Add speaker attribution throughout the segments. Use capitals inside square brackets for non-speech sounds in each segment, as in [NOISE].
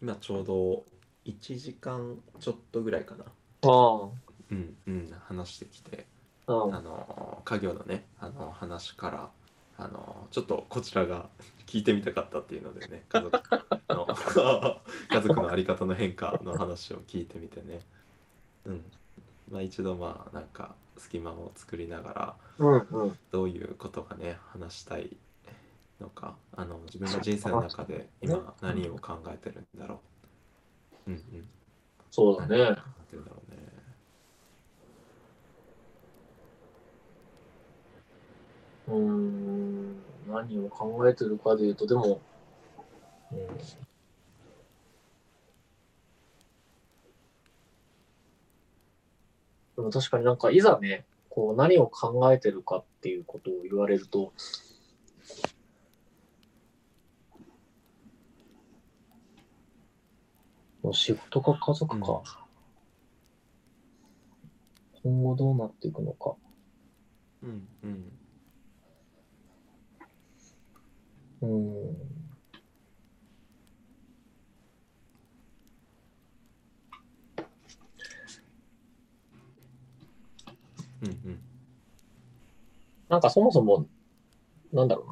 Speaker 1: 今ちょうど1時間ちょっとぐらいかな、
Speaker 2: あ
Speaker 1: うんうん、話してきて、
Speaker 2: あ、う
Speaker 1: あのー家業のね、あのー話から、あのーちょっとこちらが [LAUGHS] 聞いてみたかったっていうのでね、家族の [LAUGHS] 家族のあり方の変化の話を聞いてみてね、うん、まあ一度まあなんか隙間を作りながら、
Speaker 2: ん、うん、
Speaker 1: どういうことがね話したいのかあの自分が人生の中で今何を考えてるんだろううんうん
Speaker 2: そうだ
Speaker 1: 何を
Speaker 2: ね
Speaker 1: 考。えてるんだろうね
Speaker 2: うーん、何を考えてるかで言うと、でも、うん、でも確かになんかいざね、こう何を考えてるかっていうことを言われると、もう仕事か家族か、今後どうなっていくのか。
Speaker 1: うんうん
Speaker 2: うん
Speaker 1: うんうん
Speaker 2: なんかそもそも、なんだろう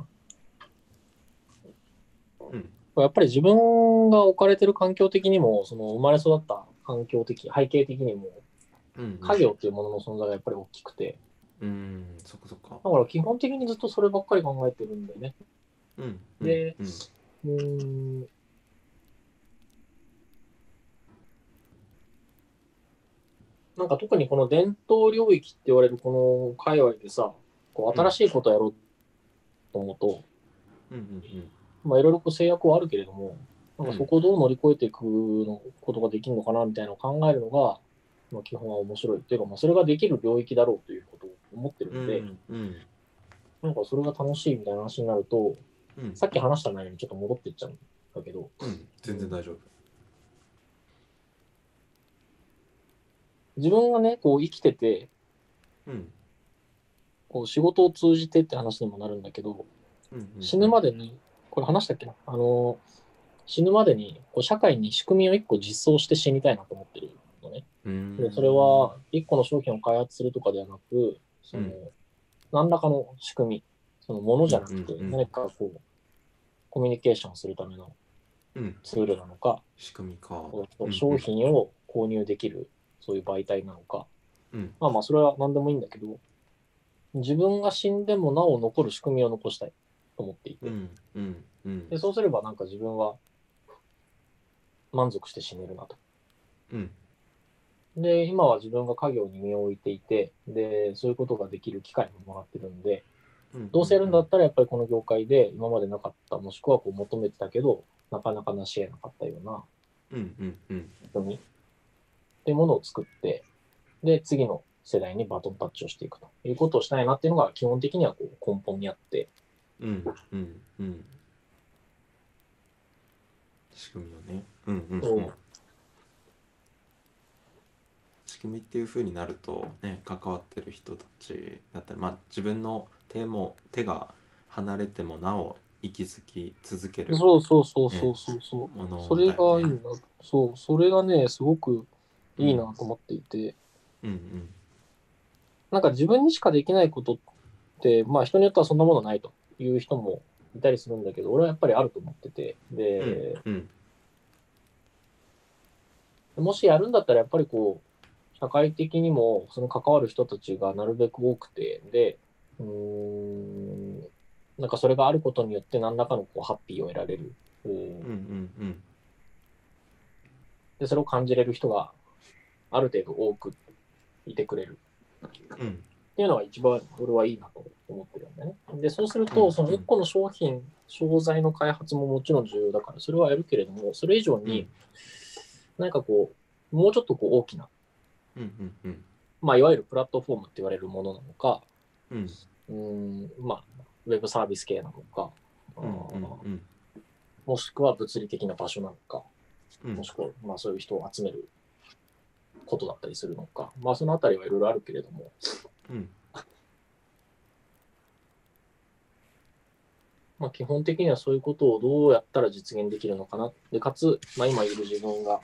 Speaker 2: な。
Speaker 1: うん
Speaker 2: やっぱり自分が置かれてる環境的にも、その生まれ育った環境的、背景的にも、
Speaker 1: うん
Speaker 2: 家業っていうものの存在がやっぱり大きくて、
Speaker 1: うんそっかそっか
Speaker 2: だから基本的にずっとそればっかり考えてるんだよね。
Speaker 1: うん
Speaker 2: で
Speaker 1: うん
Speaker 2: うーん。なんか特にこの伝統領域って言われるこの界隈でさ、こう新しいことをやろうと思うと、
Speaker 1: うんうん
Speaker 2: まあ、いろいろこう制約はあるけれども、なんかそこをどう乗り越えていくのことができるのかなみたいなのを考えるのが、まあ、基本は面白いっていうか、まあ、それができる領域だろうということを思ってる
Speaker 1: うん
Speaker 2: ので、
Speaker 1: うんうん
Speaker 2: なんかそれが楽しいみたいな話になると、
Speaker 1: うん
Speaker 2: さっき話した内容にちょっと戻っていっちゃうんだけど、
Speaker 1: うん全然大丈夫
Speaker 2: 自分がね、こう生きてて、
Speaker 1: うん
Speaker 2: こう仕事を通じてって話にもなるんだけど、
Speaker 1: うんうん
Speaker 2: 死ぬまでに、これ話したっけな、あの、死ぬまでにこう社会に仕組みを一個実装して死にたいなと思ってるのね。
Speaker 1: うん
Speaker 2: でそれは1個の商品を開発するとかではなく、その
Speaker 1: うん
Speaker 2: 何らかの仕組み、そのものじゃなくて、
Speaker 1: うんうんうん
Speaker 2: 何かこう、コミュニケーションするための
Speaker 1: うん
Speaker 2: ツールなのか、
Speaker 1: 仕組みか
Speaker 2: こう商品を購入できる、そういう媒体なのか、
Speaker 1: うん
Speaker 2: まあまあ、それは何でもいいんだけど、自分が死んでもなお残る仕組みを残したいと思っていて、
Speaker 1: うんうんうん
Speaker 2: でそうすればなんか自分は満足して死ねるなと。
Speaker 1: うん
Speaker 2: で、今は自分が家業に身を置いていて、で、そういうことができる機会ももらってるんで、
Speaker 1: うん
Speaker 2: どうせやるんだったらやっぱりこの業界で今までなかった、もしくはこう求めてたけど、なかなか成し得なかったような
Speaker 1: うんうんうん
Speaker 2: 仕組みっていうものを作って、で、次の世代にバトンタッチをしていくということをしたいなっていうのが基本的にはこう根本にあって、
Speaker 1: うんうんうん仕組みをねうんうん、
Speaker 2: そう
Speaker 1: うん、仕組みっていう風になるとね関わってる人たちだったりまあ自分の手も手が離れてもなお息づき続けるも
Speaker 2: そうそうそうそうそうそう。
Speaker 1: の
Speaker 2: それがいい
Speaker 1: だよ
Speaker 2: な
Speaker 1: ね、
Speaker 2: そう、それがね、すごくいいなと思っていて、
Speaker 1: うん
Speaker 2: なんか自分にしかできないことって、まあ人によってはそんなものないという人もいたりするんだけど、俺はやっぱりあると思ってて、
Speaker 1: うんうん
Speaker 2: で、
Speaker 1: うん
Speaker 2: もしやるんだったらやっぱりこう、社会的にもその関わる人たちがなるべく多くて、で、うーん、なんかそれがあることによって何らかのこうハッピーを得られる。うん
Speaker 1: うんうん
Speaker 2: で、それを感じれる人がある程度多くいてくれる
Speaker 1: うんうん
Speaker 2: っていうのが一番俺はいいなと思ってるんだよね。で、そうする
Speaker 1: う
Speaker 2: と、
Speaker 1: ん
Speaker 2: その1個の商品、商材の開発ももちろん重要だから、それはやるけれども、それ以上に、なんかこう、もうちょっとこう大きな、
Speaker 1: うんうんうん
Speaker 2: まあ、いわゆるプラットフォームって言われるものなのか、
Speaker 1: うん
Speaker 2: うーん、まあ、ウェブサービス系なのか、
Speaker 1: うんうん
Speaker 2: あーもしくは物理的な場所なのか、
Speaker 1: うんうん
Speaker 2: もしくは、まあ、そういう人を集めることだったりするのか、まあ、そのあたりはいろいろあるけれども、
Speaker 1: うん
Speaker 2: まあ、基本的にはそういうことをどうやったら実現できるのかな。で、かつ、まあ、今いる自分が、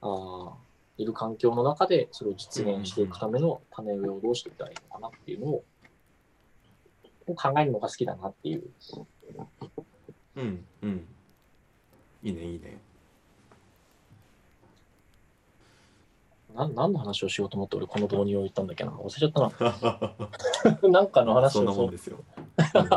Speaker 2: あーいる環境の中で、それを実現していくための種植えをどうしていったらいいのかなっていうのを、を考えるのが好きだなっていう。
Speaker 1: うんうんいいねいいね
Speaker 2: なん何の話をしようと思って俺この導入を言ったんだっけな。忘れちゃった
Speaker 1: [LAUGHS]
Speaker 2: な。 [LAUGHS] なんかの話
Speaker 1: そ
Speaker 2: を
Speaker 1: んなもん
Speaker 2: そ
Speaker 1: ですよ、うんうん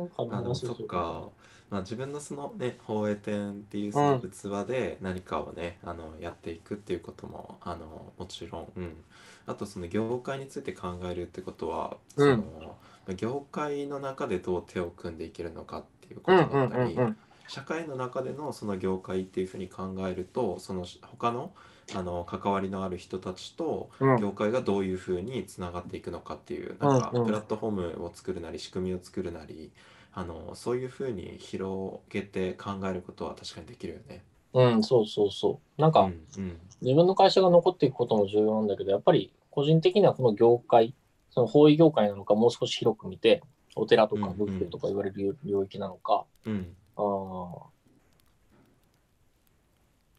Speaker 1: うん
Speaker 2: う。なんかの
Speaker 1: あの
Speaker 2: 話
Speaker 1: そ
Speaker 2: を
Speaker 1: っか、まあ、自分のそのね放映展っていうその器で何かをね、あのやっていくっていうこともあのもちろん、うん、あとその業界について考えるってことは、
Speaker 2: うん
Speaker 1: そのまあ業界の中でどう手を組んでいけるのかっていうことだったり、
Speaker 2: ん。
Speaker 1: 社会の中でのその業界っていうふうに考えるとその他のあの関わりのある人たちと
Speaker 2: うん
Speaker 1: 業界がどういうふうにつながっていくのかっていうなんか
Speaker 2: うんうん
Speaker 1: プラットフォームを作るなり仕組みを作るなりあのそういうふうに広げて考えることは確かにできるよね。
Speaker 2: うん、そうそうそう。なんか、
Speaker 1: うんうん
Speaker 2: 自分の会社が残っていくことも重要なんだけど、やっぱり個人的にはこの業界、その法医業界なのか、もう少し広く見て、お寺とか
Speaker 1: うんうん
Speaker 2: 仏教とか言われる領域なのか、
Speaker 1: うん
Speaker 2: あー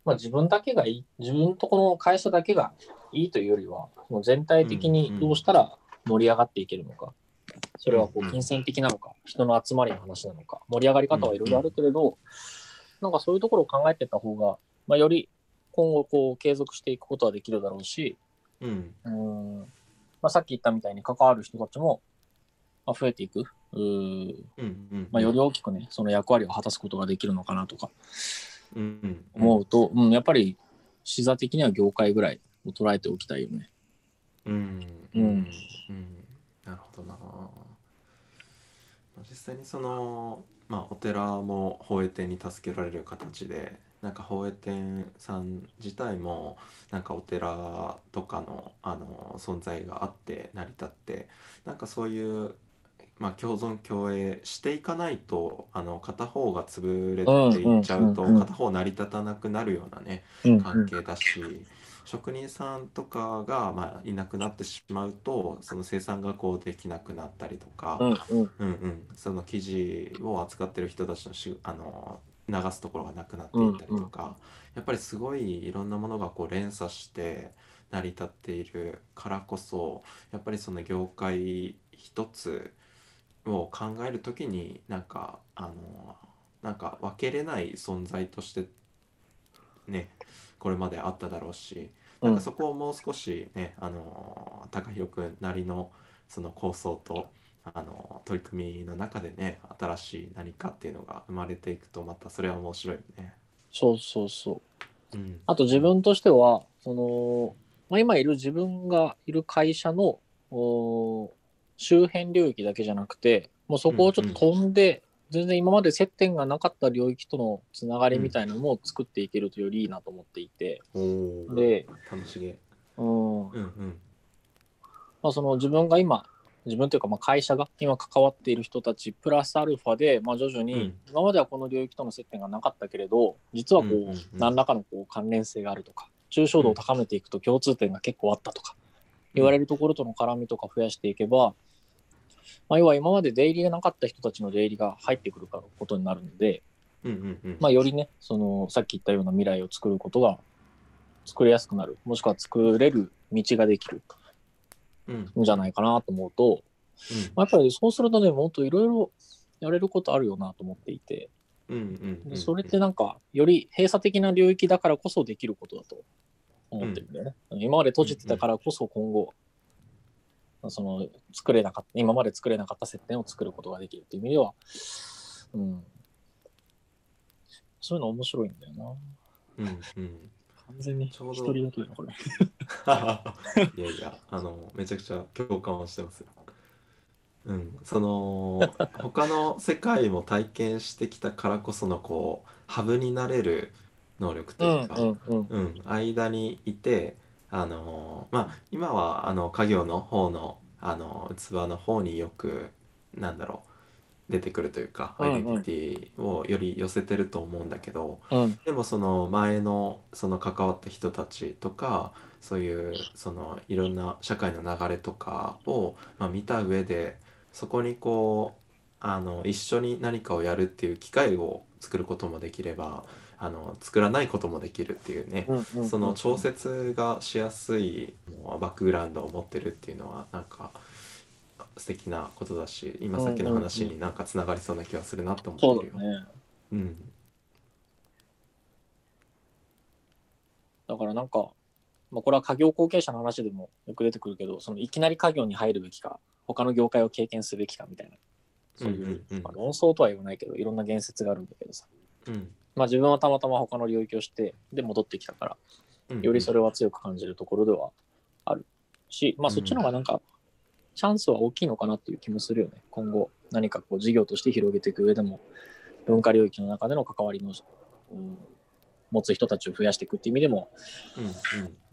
Speaker 2: まあ、自分だけがいい、自分とこの会社だけがいいというよりは、もう全体的
Speaker 1: うんう
Speaker 2: に
Speaker 1: ん
Speaker 2: どうしたら盛り上がっていけるのか、それはこ
Speaker 1: うんう
Speaker 2: うん金銭的なのか、人の集まりの話なのか、盛り上がり方はいろいろあるけれど、なんかそういうところを考えてた方が、まあ、より今後こう継続していくことはできるだろうし、
Speaker 1: うん
Speaker 2: うーんまあ、さっき言ったみたいに関わる人たちもまあ増えていく、うー
Speaker 1: うんうん
Speaker 2: まあ、より大きくね、その役割を果たすことができるのかなとか
Speaker 1: うんうん
Speaker 2: 思うと、うん、やっぱり視座的には業界ぐらいを捉えておきたいよね。
Speaker 1: うん
Speaker 2: うん
Speaker 1: うんなるほどな。まあ実際にその、まあ、お寺も法営展に助けられる形でなんか法営展さん自体もなんかお寺とかの、あの存在があって成り立ってなんかそういう、まあ、共存共栄していかないとあの片方が潰れていっちゃうと
Speaker 2: うんうんうんうん
Speaker 1: 片方成り立たなくなるようなね
Speaker 2: うん
Speaker 1: 関係だし、職人さんとかが、まあ、いなくなってしまうとその生産がこうできなくなったりとか、
Speaker 2: うんうん
Speaker 1: うんうん、その記事を扱ってる人たちのしあの流すところがなくなっていったりとか、やっぱりすごいいろんなものがこう連鎖して成り立っているからこそやっぱりその業界一つを考えるときになんかあのなんか分けれない存在としてねこれまであっただろうしなんかそこをもう少しね、あの高弘くんなりのその構想とあの取り組みの中でね新しい何かっていうのが生まれていくとまたそれは面白いよね。
Speaker 2: そうそうそう。
Speaker 1: うん、
Speaker 2: あと自分としては、そのまあ、今いる自分がいる会社のお周辺領域だけじゃなくて、もうそこをちょっと飛んで、全然今まで接点がなかった領域とのつながりみたいなのも作っていけるとよりいいなと思っていて、
Speaker 1: おー
Speaker 2: で、
Speaker 1: 楽しげ。
Speaker 2: うん、
Speaker 1: うんうん
Speaker 2: まあ、その自分が今自分というかまあ会社が今関わっている人たちプラスアルファで、まあ、徐々
Speaker 1: う
Speaker 2: に
Speaker 1: ん
Speaker 2: 今まではこの領域との接点がなかったけれど実はこ
Speaker 1: うんうんうん
Speaker 2: う何らかのこう関連性があるとか抽象度を高めていくと共通点が結構あったとか言われるところとの絡みとか増やしていけば、まあ、要は今まで出入りがなかった人たちの出入りが入ってくるからことになるので、
Speaker 1: うんうんうん。
Speaker 2: まあ、よりねそのさっき言ったような未来を作ることが作れやすくなるもしくは作れる道ができる
Speaker 1: うんうん
Speaker 2: んじゃないかなと思うと、まあ、やっぱりそうするとね、もっといろいろやれることあるよなと思っていて、
Speaker 1: うんうんうん。
Speaker 2: でそれってなんか、より閉鎖的な領域だからこそできることだと思ってるんだよね。今まで閉じてたからこそ今後、その作れなかった、今まで作れなかった接点を作ることができるっていう意味では、うん、そういうの面白いんだよな。
Speaker 1: うんうん。
Speaker 2: 完全に
Speaker 1: ちょうど
Speaker 2: 一人だけだな、これ。
Speaker 1: いやいや、あの、めちゃくちゃ共感はしてますよ。うん、その、他の世界も体験してきたからこその、こう、ハブになれる能力と
Speaker 2: う
Speaker 1: いうんか、
Speaker 2: うんうん。
Speaker 1: うん、間にいて、あのーまあ、今はあの家業の方の、あの器の方によくなんだろう出てくるというか
Speaker 2: う
Speaker 1: ア
Speaker 2: んうん
Speaker 1: イデンティティをより寄せてると思うんだけど、
Speaker 2: うん
Speaker 1: でもその前のその関わった人たちとかそういうそのいろんな社会の流れとかを、まあ、見た上でそこにこうあの一緒に何かをやるっていう機会を作ることもできればあの作らないこともできるっていうね、その調節がしやすいもうバックグラウンドを持ってるっていうのはなんか素敵なことだし今さっきの話になんかつながりそうな気がするなと思
Speaker 2: そ
Speaker 1: って
Speaker 2: う
Speaker 1: るよ
Speaker 2: だ。ね。
Speaker 1: うん
Speaker 2: だからなんか、まあ、これは家業後継者の話でもよく出てくるけど、そのいきなり家業に入るべきか、他の業界を経験すべきかみたいな、そういう、
Speaker 1: うんうんうん
Speaker 2: まあ、論争とは言わないけど、いろんな言説があるんだけどさ。
Speaker 1: うん
Speaker 2: まあ自分はたまたま他の領域をして、で戻ってきたから、
Speaker 1: うん
Speaker 2: よりそれは強く感じるところではあるし、まあそっちの方がなんか、チャンスは大きいのかなっていう気もするよね。今後、何かこう事業として広げていく上でも、文化領域の中での関わりの、うん持つ人たちを増やしていくっていう意味でも、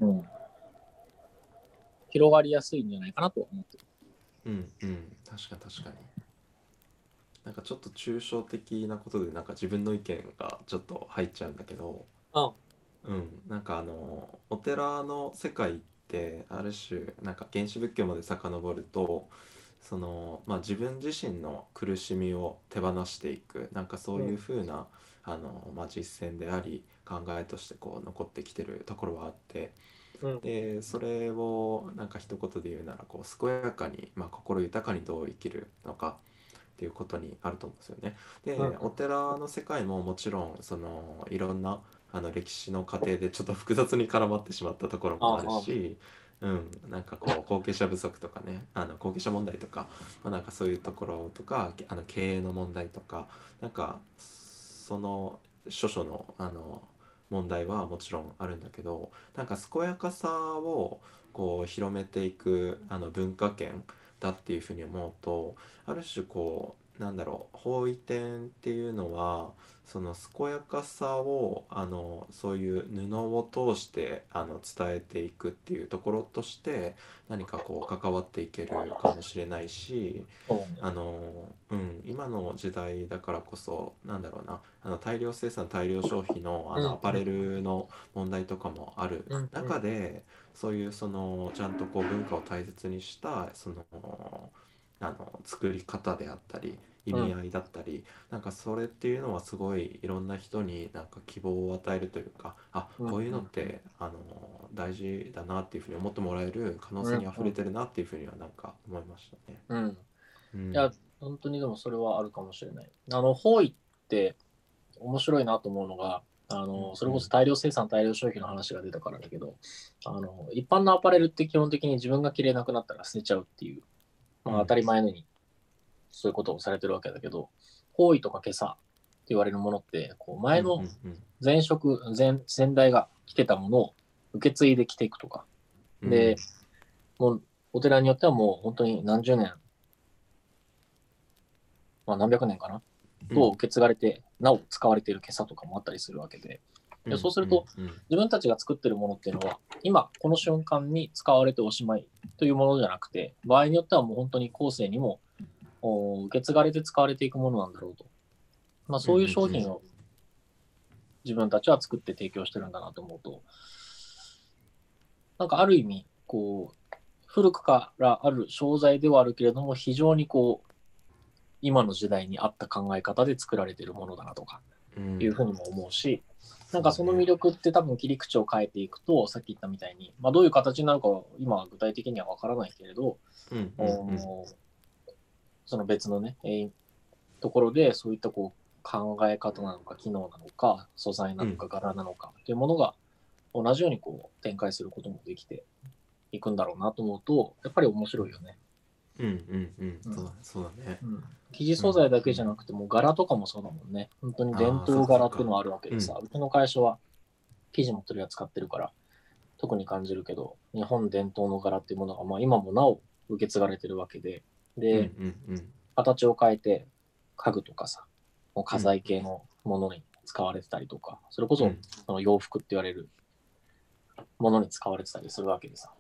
Speaker 1: うんうん
Speaker 2: うん、広がりやすいんじゃないかなとは思ってる。
Speaker 1: うんうん確かに確かになんかちょっと抽象的なことでなんか自分の意見がちょっと入っちゃうんだけど
Speaker 2: あ
Speaker 1: うんなんかあのお寺の世界ってある種なんか原始仏教まで遡るとそのまあ自分自身の苦しみを手放していくなんかそういう風なあのまあ実践であり考えとしてこう残ってきてるところはあって
Speaker 2: うん
Speaker 1: でそれをなんか一言で言うならこう健やかに、まあ、心豊かにどう生きるのかっていうことにあると思うんですよね。で、
Speaker 2: うん
Speaker 1: お寺の世界ももちろんそのいろんなあの歴史の過程でちょっと複雑に絡まってしまったところもあるし。うん、なんかこう後継者不足とかねあの後継者問題とか、まあ、なんかそういうところとかあの経営の問題とかなんかその諸々のあの問題はもちろんあるんだけど、なんか健やかさをこう広めていくあの文化圏だっていうふうに思うとある種こうなんだろう方位点っていうのはその健やかさをあのそういう布を通してあの伝えていくっていうところとして何かこう関わっていけるかもしれないし
Speaker 2: そう
Speaker 1: あの、うん、今の時代だからこそ、なんだろうな、あの大量生産、大量消費の、あ
Speaker 2: うん
Speaker 1: のアパレルの問題とかもある
Speaker 2: うんうん
Speaker 1: 中で、そういうそのちゃんとこう文化を大切にしたそのあの作り方であったり、意味合いだったり、なんかそれっていうのはすごいいろんな人になんか希望を与えるというか、あ、
Speaker 2: うん
Speaker 1: こういうのってあの大事だなっていうふうに思ってもらえる可能性に溢れてるなっていうふうにはなんか思いましたね。
Speaker 2: うん、
Speaker 1: うん
Speaker 2: いや本当にでもそれはあるかもしれない。あの方位って面白いなと思うのがあ
Speaker 1: う
Speaker 2: の
Speaker 1: ん
Speaker 2: それこそ大量生産大量消費の話が出たからだけどあの一般のアパレルって基本的に自分が着れなくなったら捨てちゃうっていう、まあ、
Speaker 1: うん
Speaker 2: 当たり前のようにそういうことをされてるわけだけど方位とか今朝って言われるものってこう前
Speaker 1: うん
Speaker 2: の
Speaker 1: うんうん
Speaker 2: 前職前先代が着てたものを受け継いで着ていくとかで、もうお寺によってはもう本当に何十年、まあ、何百年かな、
Speaker 1: うん
Speaker 2: と受け継がれて、なお使われている今朝とかもあったりするわけで、
Speaker 1: うん
Speaker 2: でそうすると、
Speaker 1: うん
Speaker 2: 自分たちが作ってるものっていうのは、今この瞬間に使われておしまいというものじゃなくて、場合によってはもう本当に後世にもお受け継がれて使われていくものなんだろうと。まあ、そういう商品を自分たちは作って提供してるんだなと思うと、なんかある意味、こう、古くからある商材ではあるけれども、非常にこう、今の時代に合った考え方で作られているものだなとか、
Speaker 1: うん
Speaker 2: いうふうにも思うし、なんかその魅力って多分切り口を変えていくと、さっき言ったみたいに、まあ、どういう形になるかは今は具体的には分からないけれど、
Speaker 1: うんうんうん
Speaker 2: おーその別のね、えーところでそういったこう考え方なのか、機能なのか、素材なのか、柄なのかっていうものが同じようにこう展開することもできていくんだろうなと思うと、やっぱり面白いよね。
Speaker 1: うんうんうんそうだそうだね
Speaker 2: 生地素材だけじゃなくて、もう柄とかもそうだもんね。本当に伝統柄っていうのはあるわけで
Speaker 1: あ
Speaker 2: さ、うちの会社は生地も取り扱ってるから、特に感じるけど、日本伝統の柄っていうものが、まあ、今もなお受け継がれてるわけで、
Speaker 1: うん
Speaker 2: で、
Speaker 1: うん
Speaker 2: 形を変えて家具とかさ、もう家財系のものに使われてたりとか、それこ
Speaker 1: う
Speaker 2: そ
Speaker 1: ん
Speaker 2: その洋服って言われるものに使われてたりするわけでさ。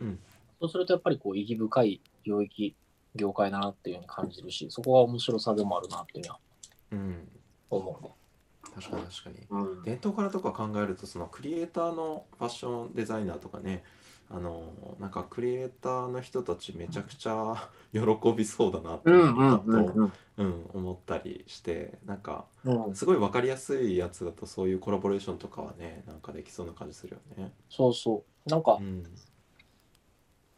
Speaker 1: うん
Speaker 2: そうするとやっぱりこう意義深い領域、業界だなっていうふうに感じるし、そこは面白さでもあるなっていうのは
Speaker 1: うん
Speaker 2: 思うね。
Speaker 1: 確かに確かに
Speaker 2: うん
Speaker 1: 伝統からとか考えるとそのクリエイターのファッションデザイナーとかねああのなんかクリエイターの人たちめちゃくちゃ [LAUGHS] 喜びそうだなって
Speaker 2: う
Speaker 1: い
Speaker 2: ん
Speaker 1: う
Speaker 2: う
Speaker 1: の
Speaker 2: ん
Speaker 1: と、
Speaker 2: うん
Speaker 1: うん思ったりしてなんか
Speaker 2: うん。うん、
Speaker 1: すごい分かりやすいやつだとそういうコラボレーションとかはねなんかできそうな感じするよね。
Speaker 2: そうそう。なんか
Speaker 1: う、ん、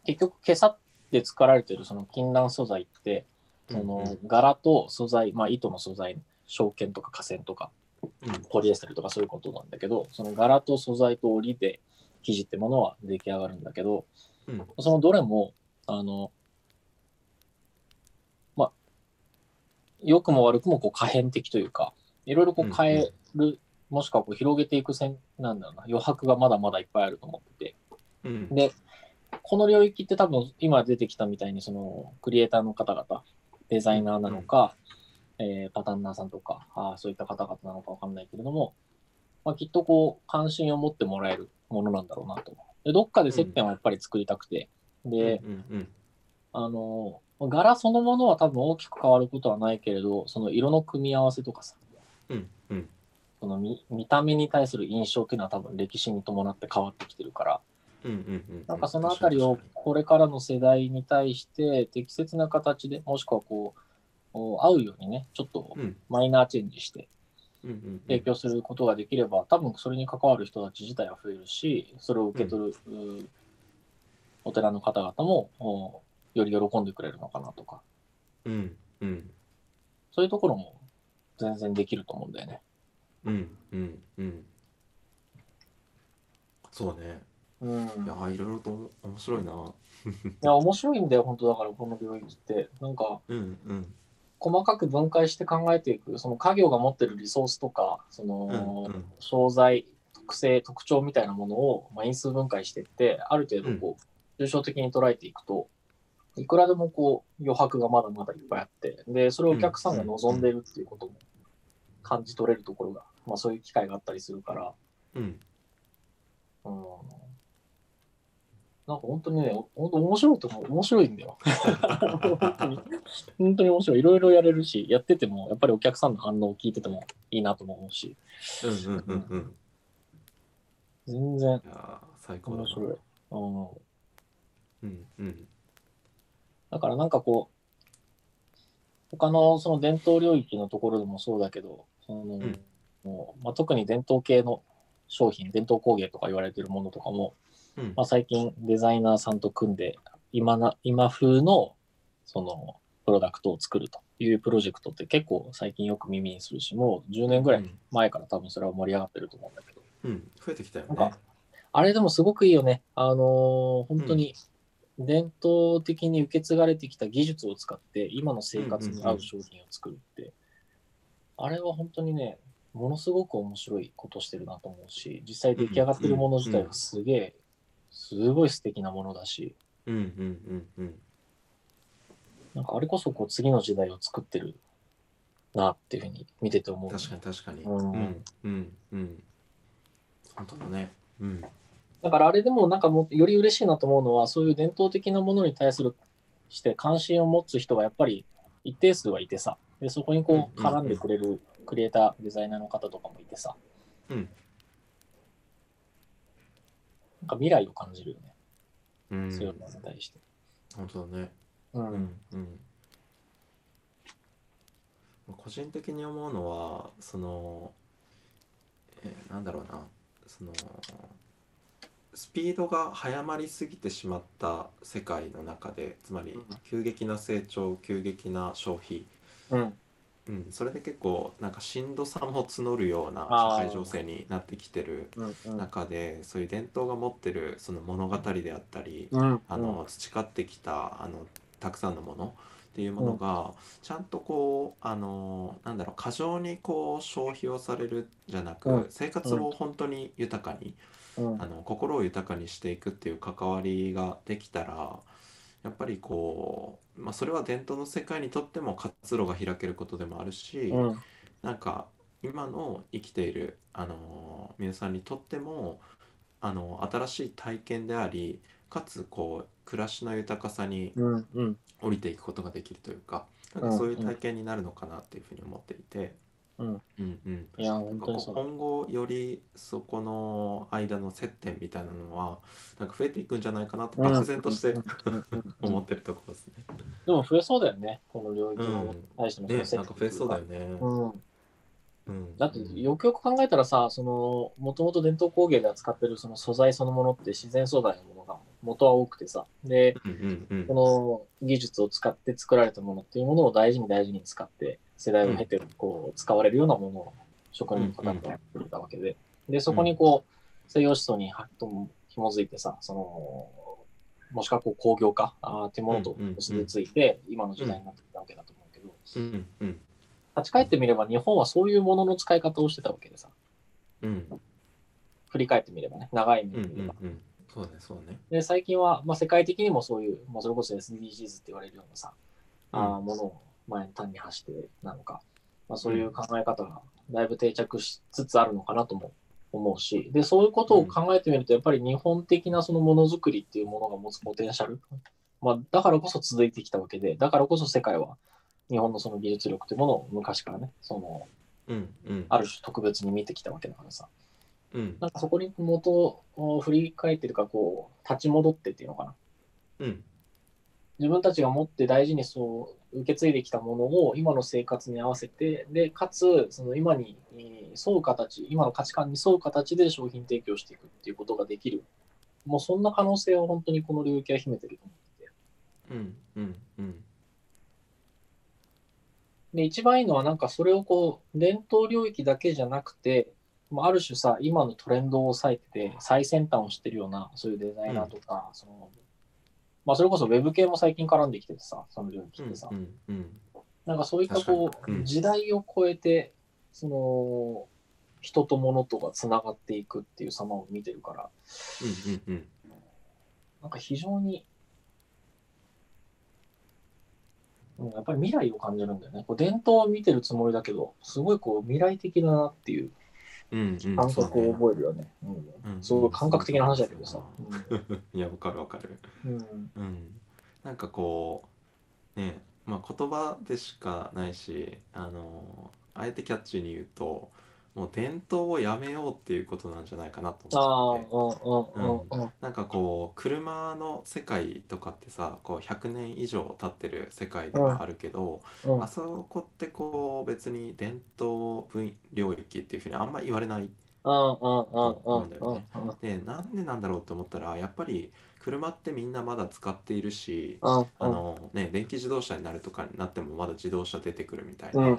Speaker 2: 結局、今朝で作られてるその禁断素材って、そ
Speaker 1: うんう
Speaker 2: の
Speaker 1: ん
Speaker 2: 柄と素材、まあ糸の素材、証券とか河線とか、
Speaker 1: うん
Speaker 2: ポリエステルとかそういうことなんだけど、その柄と素材と織りで生地ってものは出来上がるんだけど、
Speaker 1: うん
Speaker 2: そのどれも、あの、まあ、良くも悪くもこう可変的というか、いろいろこう変える、もしくはこう広げていく線なんだろうな、余白がまだまだいっぱいあると思ってて、
Speaker 1: うん
Speaker 2: で、この領域って多分今出てきたみたいにそのクリエイターの方々、デザイナーなのか、えーパタンナーさんとかあー、そういった方々なのかわかんないけれども、まあ、きっとこう関心を持ってもらえるものなんだろうなと。でどっかで接点はやっぱり作りたくて、で、
Speaker 1: うんうん
Speaker 2: あの柄そのものは多分大きく変わることはないけれど、その色の組み合わせとかさ、
Speaker 1: うんうん
Speaker 2: その見見た目に対する印象っていうのは多分歴史に伴って変わってきてるから、
Speaker 1: うんうん
Speaker 2: なんかそのあたりをこれからの世代に対して適切な形で、もしくはこう、お合うようにね、ちょっと
Speaker 1: うん
Speaker 2: マイナーチェンジして
Speaker 1: うんうん
Speaker 2: 提供することができれば、多分それに関わる人たち自体は増えるし、それを受け取る、うーお寺の方々もおより喜んでくれるのかなとか、
Speaker 1: うんうん
Speaker 2: そういうところも全然できると思うんだよね。
Speaker 1: うんうんうんそうね
Speaker 2: うん、い
Speaker 1: いやーいろいろと面面白いな
Speaker 2: や面白いんだよ、本当だから、この領域って。なんか、
Speaker 1: うんうん
Speaker 2: 細かく分解して考えていく、その家業が持ってるリソースとか、そ
Speaker 1: うん
Speaker 2: の、
Speaker 1: うん
Speaker 2: 商材特性特徴みたいなものを、まあ、因数分解していってある程度こう抽象的に捉えていくと、いくらでもこう余白がまだまだいっぱいあってでそれをお客さんが望んでるっていうことも感じ取れるところが、まあ、そういう機会があったりするから、
Speaker 1: うん
Speaker 2: うん、なんか本当にね本当面白いと思う面白いんだよ [LAUGHS] 本当に本当に面白いいろいろやれるしやっててもやっぱりお客さんの反応を聞いててもいいなとも思うし
Speaker 1: うんうんうんうん
Speaker 2: 全然
Speaker 1: いやー最高だ
Speaker 2: 面
Speaker 1: な
Speaker 2: 白い。うん
Speaker 1: うんうん
Speaker 2: だからなんかこう、他のその伝統領域のところでもそうだけど、その
Speaker 1: ん
Speaker 2: もうまあ、特に伝統系の商品、伝統工芸とか言われてるものとかも、
Speaker 1: うん
Speaker 2: まあ、最近デザイナーさんと組んで、今な今風のそのプロダクトを作るというプロジェクトって結構最近よく耳にするし、もう10年ぐら
Speaker 1: う
Speaker 2: い
Speaker 1: ん
Speaker 2: 前から多分それは盛り上がってると思うんだけど、
Speaker 1: うん増えてきたよ
Speaker 2: なん
Speaker 1: ね
Speaker 2: かあれでもすごくいいよね。あのー本当に伝統的に受け継がれてきた技術を使って今の生活に合う商品を作るって、あれは本当にね、ものすごく面白いことしてるなと思うし、実際出来上がってるもの自体がすげえ、すごい素敵なものだし、
Speaker 1: うんうんうんうん
Speaker 2: なんかあれこそこう次の時代を作ってるなっていうふうに見てて思う。
Speaker 1: 確かに確かに
Speaker 2: う
Speaker 1: うんんうんうん本当だねうん
Speaker 2: だからあれでもなんかもうより嬉しいなと思うのはそういう伝統的なものに対するして関心を持つ人がやっぱり一定数はいてさでそこにこう
Speaker 1: うんうんうん
Speaker 2: 絡んでくれるクリエイターデザイナーの方とかもいてさ
Speaker 1: うん
Speaker 2: なんか未来を感じるよね、
Speaker 1: うん
Speaker 2: そういうのに対して、
Speaker 1: 本当だね
Speaker 2: う
Speaker 1: うんんうん個人的に思うのはそのえーなんだろうなそのスピードが早まりすぎてしまった世界の中でつまり
Speaker 2: うん
Speaker 1: 急激な成長急激な消費、
Speaker 2: うん
Speaker 1: うん、それで結構なんかしんどさも募るような
Speaker 2: あー
Speaker 1: 社会情勢になってきてる
Speaker 2: うんうん
Speaker 1: 中でそういう伝統が持ってるその物語であったり、
Speaker 2: うん
Speaker 1: あの培ってきたあのたくさんのものっていうものがちゃんとこうあのなんだろう過剰にこう消費をされるじゃな
Speaker 2: う
Speaker 1: く
Speaker 2: ん
Speaker 1: 生活を本当に豊かに
Speaker 2: うん
Speaker 1: あの心を豊かにしていくっていう関わりができたらやっぱりこう、まあ、それは伝統の世界にとっても活路が開けることでもあるし
Speaker 2: うんうん
Speaker 1: なんか今の生きているあの皆さんにとってもあの新しい体験でありかつこう暮らしの豊かさに
Speaker 2: うんうん
Speaker 1: 降りていくことができるというかなん
Speaker 2: うん
Speaker 1: かそういう
Speaker 2: うん
Speaker 1: 体験になるのかなっていうふうに思っていて
Speaker 2: うん。
Speaker 1: うんうん
Speaker 2: いや、本
Speaker 1: なん
Speaker 2: 当
Speaker 1: か
Speaker 2: に
Speaker 1: こ
Speaker 2: そうう。
Speaker 1: 今後よりそこの間の接点みたいなのはなんか増えていくんじゃないかなと漠然として
Speaker 2: うんうんうんうん
Speaker 1: 思ってるところですね。
Speaker 2: でも増えそうだよね、この領域の対しての
Speaker 1: ね
Speaker 2: 接点
Speaker 1: なんか増えそうだよね。
Speaker 2: うん、
Speaker 1: うん
Speaker 2: だってよくよく考えたらさ、そのもともと伝統工芸で扱ってるその素材そのものって自然素材のものが元は多くてさ、で、
Speaker 1: うんうんうん
Speaker 2: この技術を使って作られたものっていうものを大事に大事に使って、世代を経てこう使われるようなものを職人の方がやってたわけで、で、そこにこう、西洋思想にはっと紐づいてさ、その、もしくはこう工業化あーってものと結びついて、今の時代になってきたわけだと思うけど、
Speaker 1: うんうん
Speaker 2: 立ち返ってみれば日本はそういうものの使い方をしてたわけでさ、
Speaker 1: うん
Speaker 2: 振り返ってみればね、長い目
Speaker 1: うん
Speaker 2: で見れば。
Speaker 1: うんうんそうねそうね。
Speaker 2: で、最近は、まあ、世界的にもそういう、まあ、それこそ SDGs って言われるようなさ、あーものを前に単に走ってなのか、まあ、そういう考え方がだいぶ定着しつつあるのかなとも思うし、で、そういうことを考えてみると、やっぱり日本的なそのものづくりっていうものが持つポテンシャル、まあ、だからこそ続いてきたわけで、だからこそ世界は日本のその技術力というものを昔からね、その、
Speaker 1: うんうん
Speaker 2: ある種特別に見てきたわけだからさ、
Speaker 1: うん
Speaker 2: なんかそこに元を振り返ってるか、こう、立ち戻ってっていうのかな。
Speaker 1: うん
Speaker 2: 自分たちが持って大事にそう受け継いできたものを今の生活に合わせてでかつその今にえー沿う形今の価値観に沿う形で商品提供していくっていうことができるもうそんな可能性を本当にこの領域は秘めてると思ってて
Speaker 1: うんうんうん
Speaker 2: で一番いいのはなんかそれをこう伝統領域だけじゃなくてまあある種さ今のトレンドを抑えてて最先端をしてるようなそういうデザイナーとか、そのまあ、それこそウェブ系も最近絡んできててさその領域ってさ、
Speaker 1: うんうん
Speaker 2: なんかそういったこ
Speaker 1: 確か
Speaker 2: う、
Speaker 1: にうん
Speaker 2: 時代を超えて、その、人と物とがつながっていくっていう様を見てるから、
Speaker 1: うんうんうん
Speaker 2: なんか非常に、うん、やっぱり未来を感じるんだよね。こう伝統を見てるつもりだけど、すごいこう未来的だなっていう
Speaker 1: うんうん
Speaker 2: 感
Speaker 1: そう
Speaker 2: 覚
Speaker 1: ね
Speaker 2: を覚えるよね。うん
Speaker 1: うん
Speaker 2: すごい感覚的な話だけどさ。
Speaker 1: いやわかるわかる。 [LAUGHS]
Speaker 2: うん
Speaker 1: うん、なんかこうねまあ言葉でしかないしあのあえてキャッチーに言うともう伝統をやめようっていうことなんじゃないかなと
Speaker 2: ああ、
Speaker 1: 思って
Speaker 2: うん
Speaker 1: て
Speaker 2: うんうんうん。
Speaker 1: なんかこう車の世界とかってさこう100年以上経ってる世界で
Speaker 2: うん
Speaker 1: はあるけど、
Speaker 2: うん
Speaker 1: あそこってこう別に伝統分領域っていうふうにあんま言われない
Speaker 2: うんうんうんうんうん
Speaker 1: でなんでなんだろうって思ったらやっぱり車ってみんなまだ使っているしあ
Speaker 2: う
Speaker 1: のね、電気自動車になるとかになってもまだ自動車出てくるみたい
Speaker 2: ん
Speaker 1: な
Speaker 2: うん。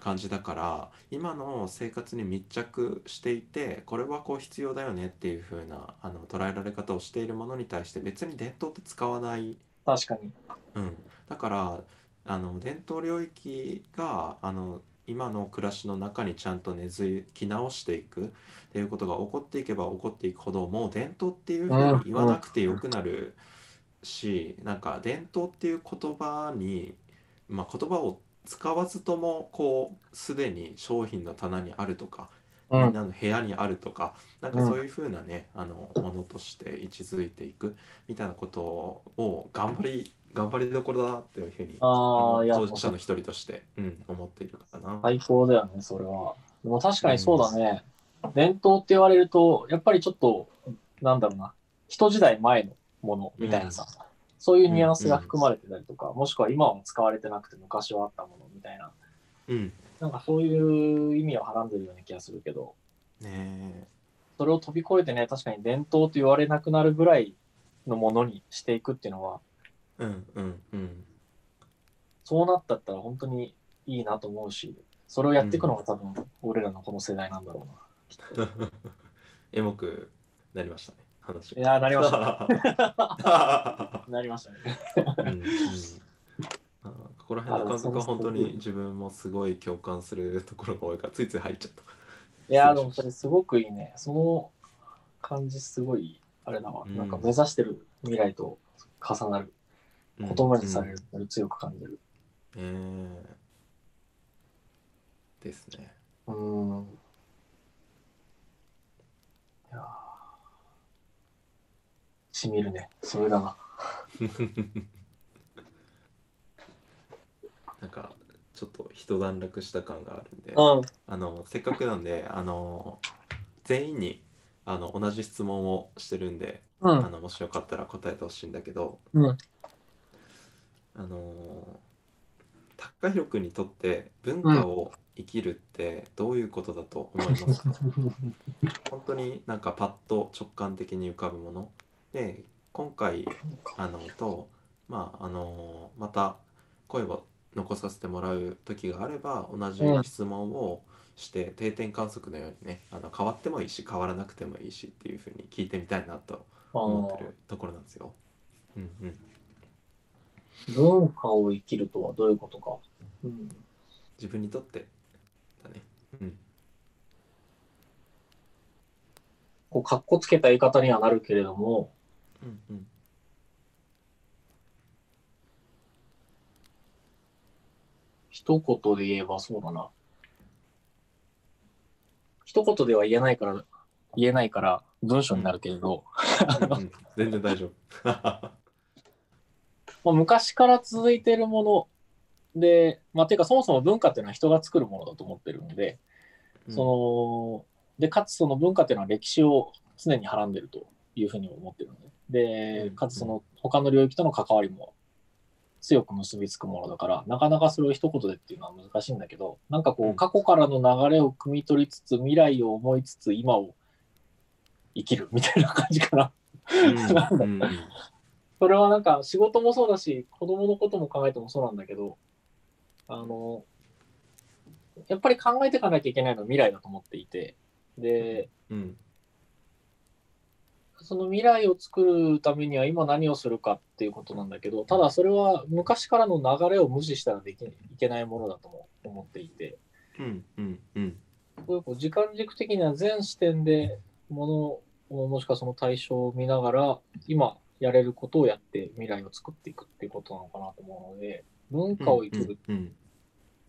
Speaker 1: 感じだから今の生活に密着していてこれはこう必要だよねっていう風なあの捉えられ方をしているものに対して別に伝統って使わない、
Speaker 2: 確かに。
Speaker 1: うん、だからあの伝統領域があの今の暮らしの中にちゃんと根付き直していくっていうことが起こっていけば起こっていくほどもう伝統っていうふうに言わなくてよくなるし、なんか伝統っていう言葉に、まあ、言葉を使わずともこうすでに商品の棚にあるとか、
Speaker 2: う
Speaker 1: みん
Speaker 2: ん
Speaker 1: なの部屋にあるとかなんかそういうふうなね、あのものとして位置づいていくみたいなことを頑張り頑張りどころだなっていうふうに
Speaker 2: ああ、いや、
Speaker 1: 当事者の一人として、うん、思っているかな。
Speaker 2: 最高だよね、それは。でも確かにそうだね。伝統って言われると、やっぱりちょっと、なんだろうな、一時代前のものみたいなさ、そういうニュアンスが含まれてたりとか、もしくは今は使われてなくて昔はあったものみたいな、
Speaker 1: うん、
Speaker 2: なんかそういう意味をはらんでるような気がするけど、
Speaker 1: ね
Speaker 2: それを飛び越えてね、確かに伝統と言われなくなるぐらいのものにしていくっていうのは、
Speaker 1: えうんうんうん
Speaker 2: そうなったったら本当にいいなと思うし、それをやっていくのが多分、俺らのこの世代なんだろうな。
Speaker 1: エモくなりましたね話が
Speaker 2: いやーなりましたなりま [LAUGHS] したね。
Speaker 1: [LAUGHS] うんうんあここら辺の感覚は本当に自分もすごい共感するところが多いからついつい入っちゃった
Speaker 2: いやーでもそれすごくいいね。その感じすごい、あれだわ、
Speaker 1: うん
Speaker 2: なんか目指してる未来と重なる、
Speaker 1: うん
Speaker 2: 言葉にされる、強く感じる。
Speaker 1: うんえーですね
Speaker 2: うーん。いやーしみるね。それだな。
Speaker 1: なんかちょっと一段落した感があるんで、
Speaker 2: うん。
Speaker 1: あのせっかくなんであの全員にあの同じ質問をしてるんで、
Speaker 2: う
Speaker 1: あ
Speaker 2: ん。
Speaker 1: のもしよかったら答えてほしいんだけど、
Speaker 2: うん
Speaker 1: あの高弘君にとって文化を生きるってどういうことだと思いますか、本当になんかパッと直感的に浮かぶもので今回あのとまああのまた声を残させてもらう時があれば同じ
Speaker 2: うん
Speaker 1: 質問をして定点観測のようにねあの変わってもいいし変わらなくてもいいしっていうふうに聞いてみたいなと [LAUGHS] 思ってるところなんですよ。うんうん、
Speaker 2: 文化を生きるとはどういうことか。うん。
Speaker 1: 自分にとってだね。うん、
Speaker 2: こう、かっこつけた言い方にはなるけれども、
Speaker 1: うん、うん、
Speaker 2: 一言で言えばそうだな。一言では言えないから、言えないから文章になるけれど、
Speaker 1: うんうん全然大丈夫。
Speaker 2: まあ、昔から続いてるもので、まあ、ていうかそもそも文化っていうのは人が作るものだと思ってるので、その、で、かつその文化っていうのは歴史を常にはらんでるというふうに思ってるので、で、
Speaker 1: うん
Speaker 2: かつその他の領域との関わりも強く結びつくものだから、なかなかそれを一言でっていうのは難しいんだけど、なんかこ
Speaker 1: う
Speaker 2: うん過去からの流れを汲み取りつつ、未来を思いつつ、今を生きるみたいな感じかな。
Speaker 1: うん、うん、うん
Speaker 2: それはなんか仕事もそうだし、子供のことも考えてもそうなんだけど、あの、やっぱり考えていかなきゃいけないのは未来だと思っていて、で、
Speaker 1: [LAUGHS] うん、
Speaker 2: その未来を作るためには今何をするかっていうことなんだけど、ただそれは昔からの流れを無視したらできいけないものだとも思っていて、
Speaker 1: うん、うん、うん、
Speaker 2: すごいこう時間軸的には全視点でものをもしくはその対象を見ながら、今やれることをやって未来を作っていくっていうことなのかなと思うので、文化を生きる
Speaker 1: うん、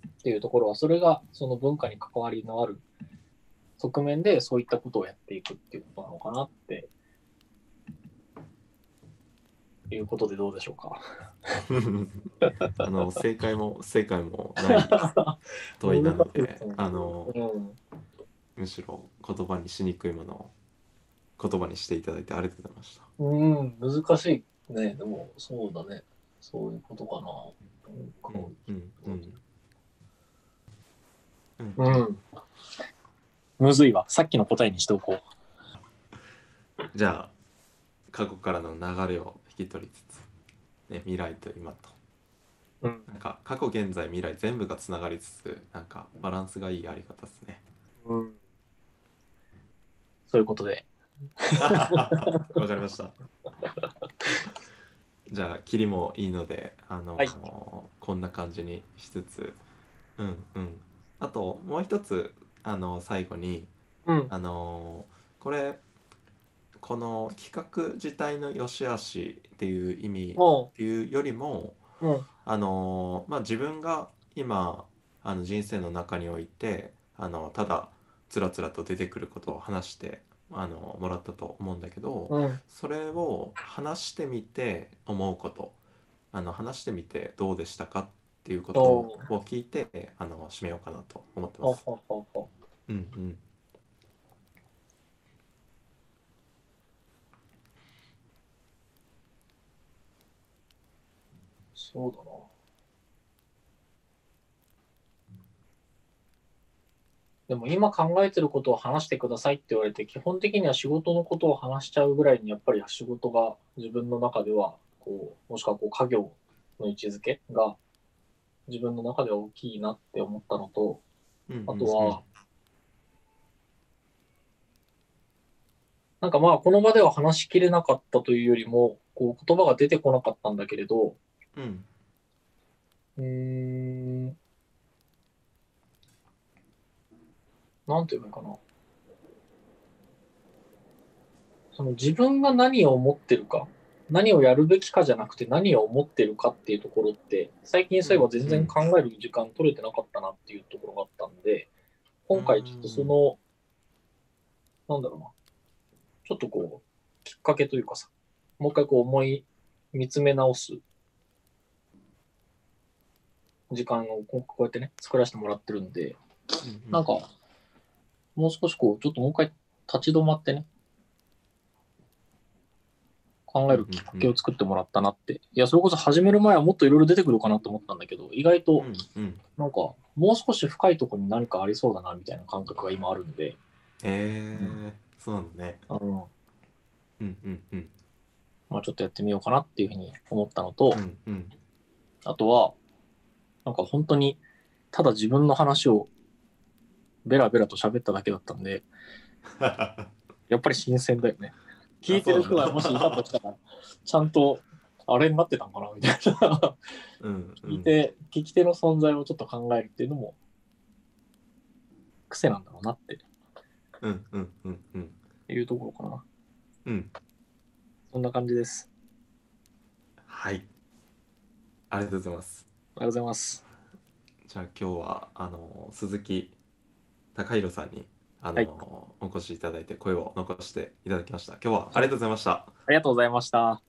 Speaker 2: っていうところは、それがその文化に関わりのある側面でそういったことをやっていくっていうことなのかなって。いうことでどうでしょうか。
Speaker 1: あの正解も不正解もない問いなの [LAUGHS] であの
Speaker 2: うん、
Speaker 1: むしろ言葉にしにくいものを言葉にしていただいてありがとうございました。
Speaker 2: うん、難しいね。でも、そうだね。そういうことかな。文化
Speaker 1: うんうんうん
Speaker 2: をうん。むずいわ。さっきの答えにしておこう。
Speaker 1: じゃあ過去からの流れを引き取りつつ、ね、未来と今と
Speaker 2: うん。
Speaker 1: なんか過去現在未来全部がつながりつつなんかバランスがいいあり方ですね。
Speaker 2: うん、そういうことで。
Speaker 1: [LAUGHS] わかりました。じゃあ、切りもいいので、あの、
Speaker 2: はい
Speaker 1: こんな感じにしつつ、うんうん。あと、もう一つ、あの、最後に、
Speaker 2: うん。
Speaker 1: あの、これ、この企画自体の良し悪しっていう意味っ
Speaker 2: も
Speaker 1: ていうよりも、
Speaker 2: う、うん。
Speaker 1: あのーまあ、自分が今あの人生の中においてあのただつらつらと出てくることを話してあのもらったと思うんだけど
Speaker 2: うん。
Speaker 1: それを話してみて思うことあの話してみてどうでしたかっていうことを聞いてあの締めようかなと思って
Speaker 2: ほう
Speaker 1: ます。
Speaker 2: ほうほうほう。
Speaker 1: うんうん
Speaker 2: そうだな。でも今考えてることを話してくださいって言われて、基本的には仕事のことを話しちゃうぐらいに、やっぱり仕事が自分の中では、こう、もしくはこう、家業の位置づけが自分の中では大きいなって思ったのと、
Speaker 1: うん
Speaker 2: あとは、なんかまあ、この場では話しきれなかったというよりも、こう、言葉が出てこなかったんだけれど、
Speaker 1: うんうん
Speaker 2: うーん。なんて言えばいいかな。その自分が何を思ってるか、何をやるべきかじゃなくて何を思ってるかっていうところって、最近そういえば全然考える時間取れてなかったなっていうところがあったんで、今回ちょっとその、なんだろうな。ちょっとこう、きっかけというかさ、もう一回こう思い見つめ直す時間をこうこうやってね、作らせてもらってるんで、
Speaker 1: うん
Speaker 2: なんか、もう少しこう、ちょっともう一回立ち止まってね、考えるきっかけを作ってもらったなって。いや、それこそ始める前はもっといろいろ出てくるかなと思ったんだけど、意外と
Speaker 1: うんうん
Speaker 2: なんか、もう少し深いところに何かありそうだな、みたいな感覚が今あるんで、
Speaker 1: へえそうなのね
Speaker 2: あの、
Speaker 1: うんうんうん
Speaker 2: まあちょっとやってみようかなっていうふうに思ったのと、
Speaker 1: うん [LAUGHS] うん
Speaker 2: あとは、なんか本当に、ただ自分の話をベラベラと喋っただけだったんで、やっぱり新鮮だよね。聞いてる人がもしいたとしたら、ちゃんと、あれになってたんかなみたいな。
Speaker 1: うんうん
Speaker 2: 聞いて、聞き手の存在をちょっと考えるっていうのも、癖なんだろうなって
Speaker 1: うんうんうんうん
Speaker 2: いうところかな。
Speaker 1: うん
Speaker 2: そんな感じです。
Speaker 1: はいありがとうございます
Speaker 2: ありがとうございます。
Speaker 1: じゃあ今日はあの鈴木高弘さんにあの、
Speaker 2: はい
Speaker 1: お越しいただいて声を残していただきました今日はありがとうございました、
Speaker 2: ありがとうございました。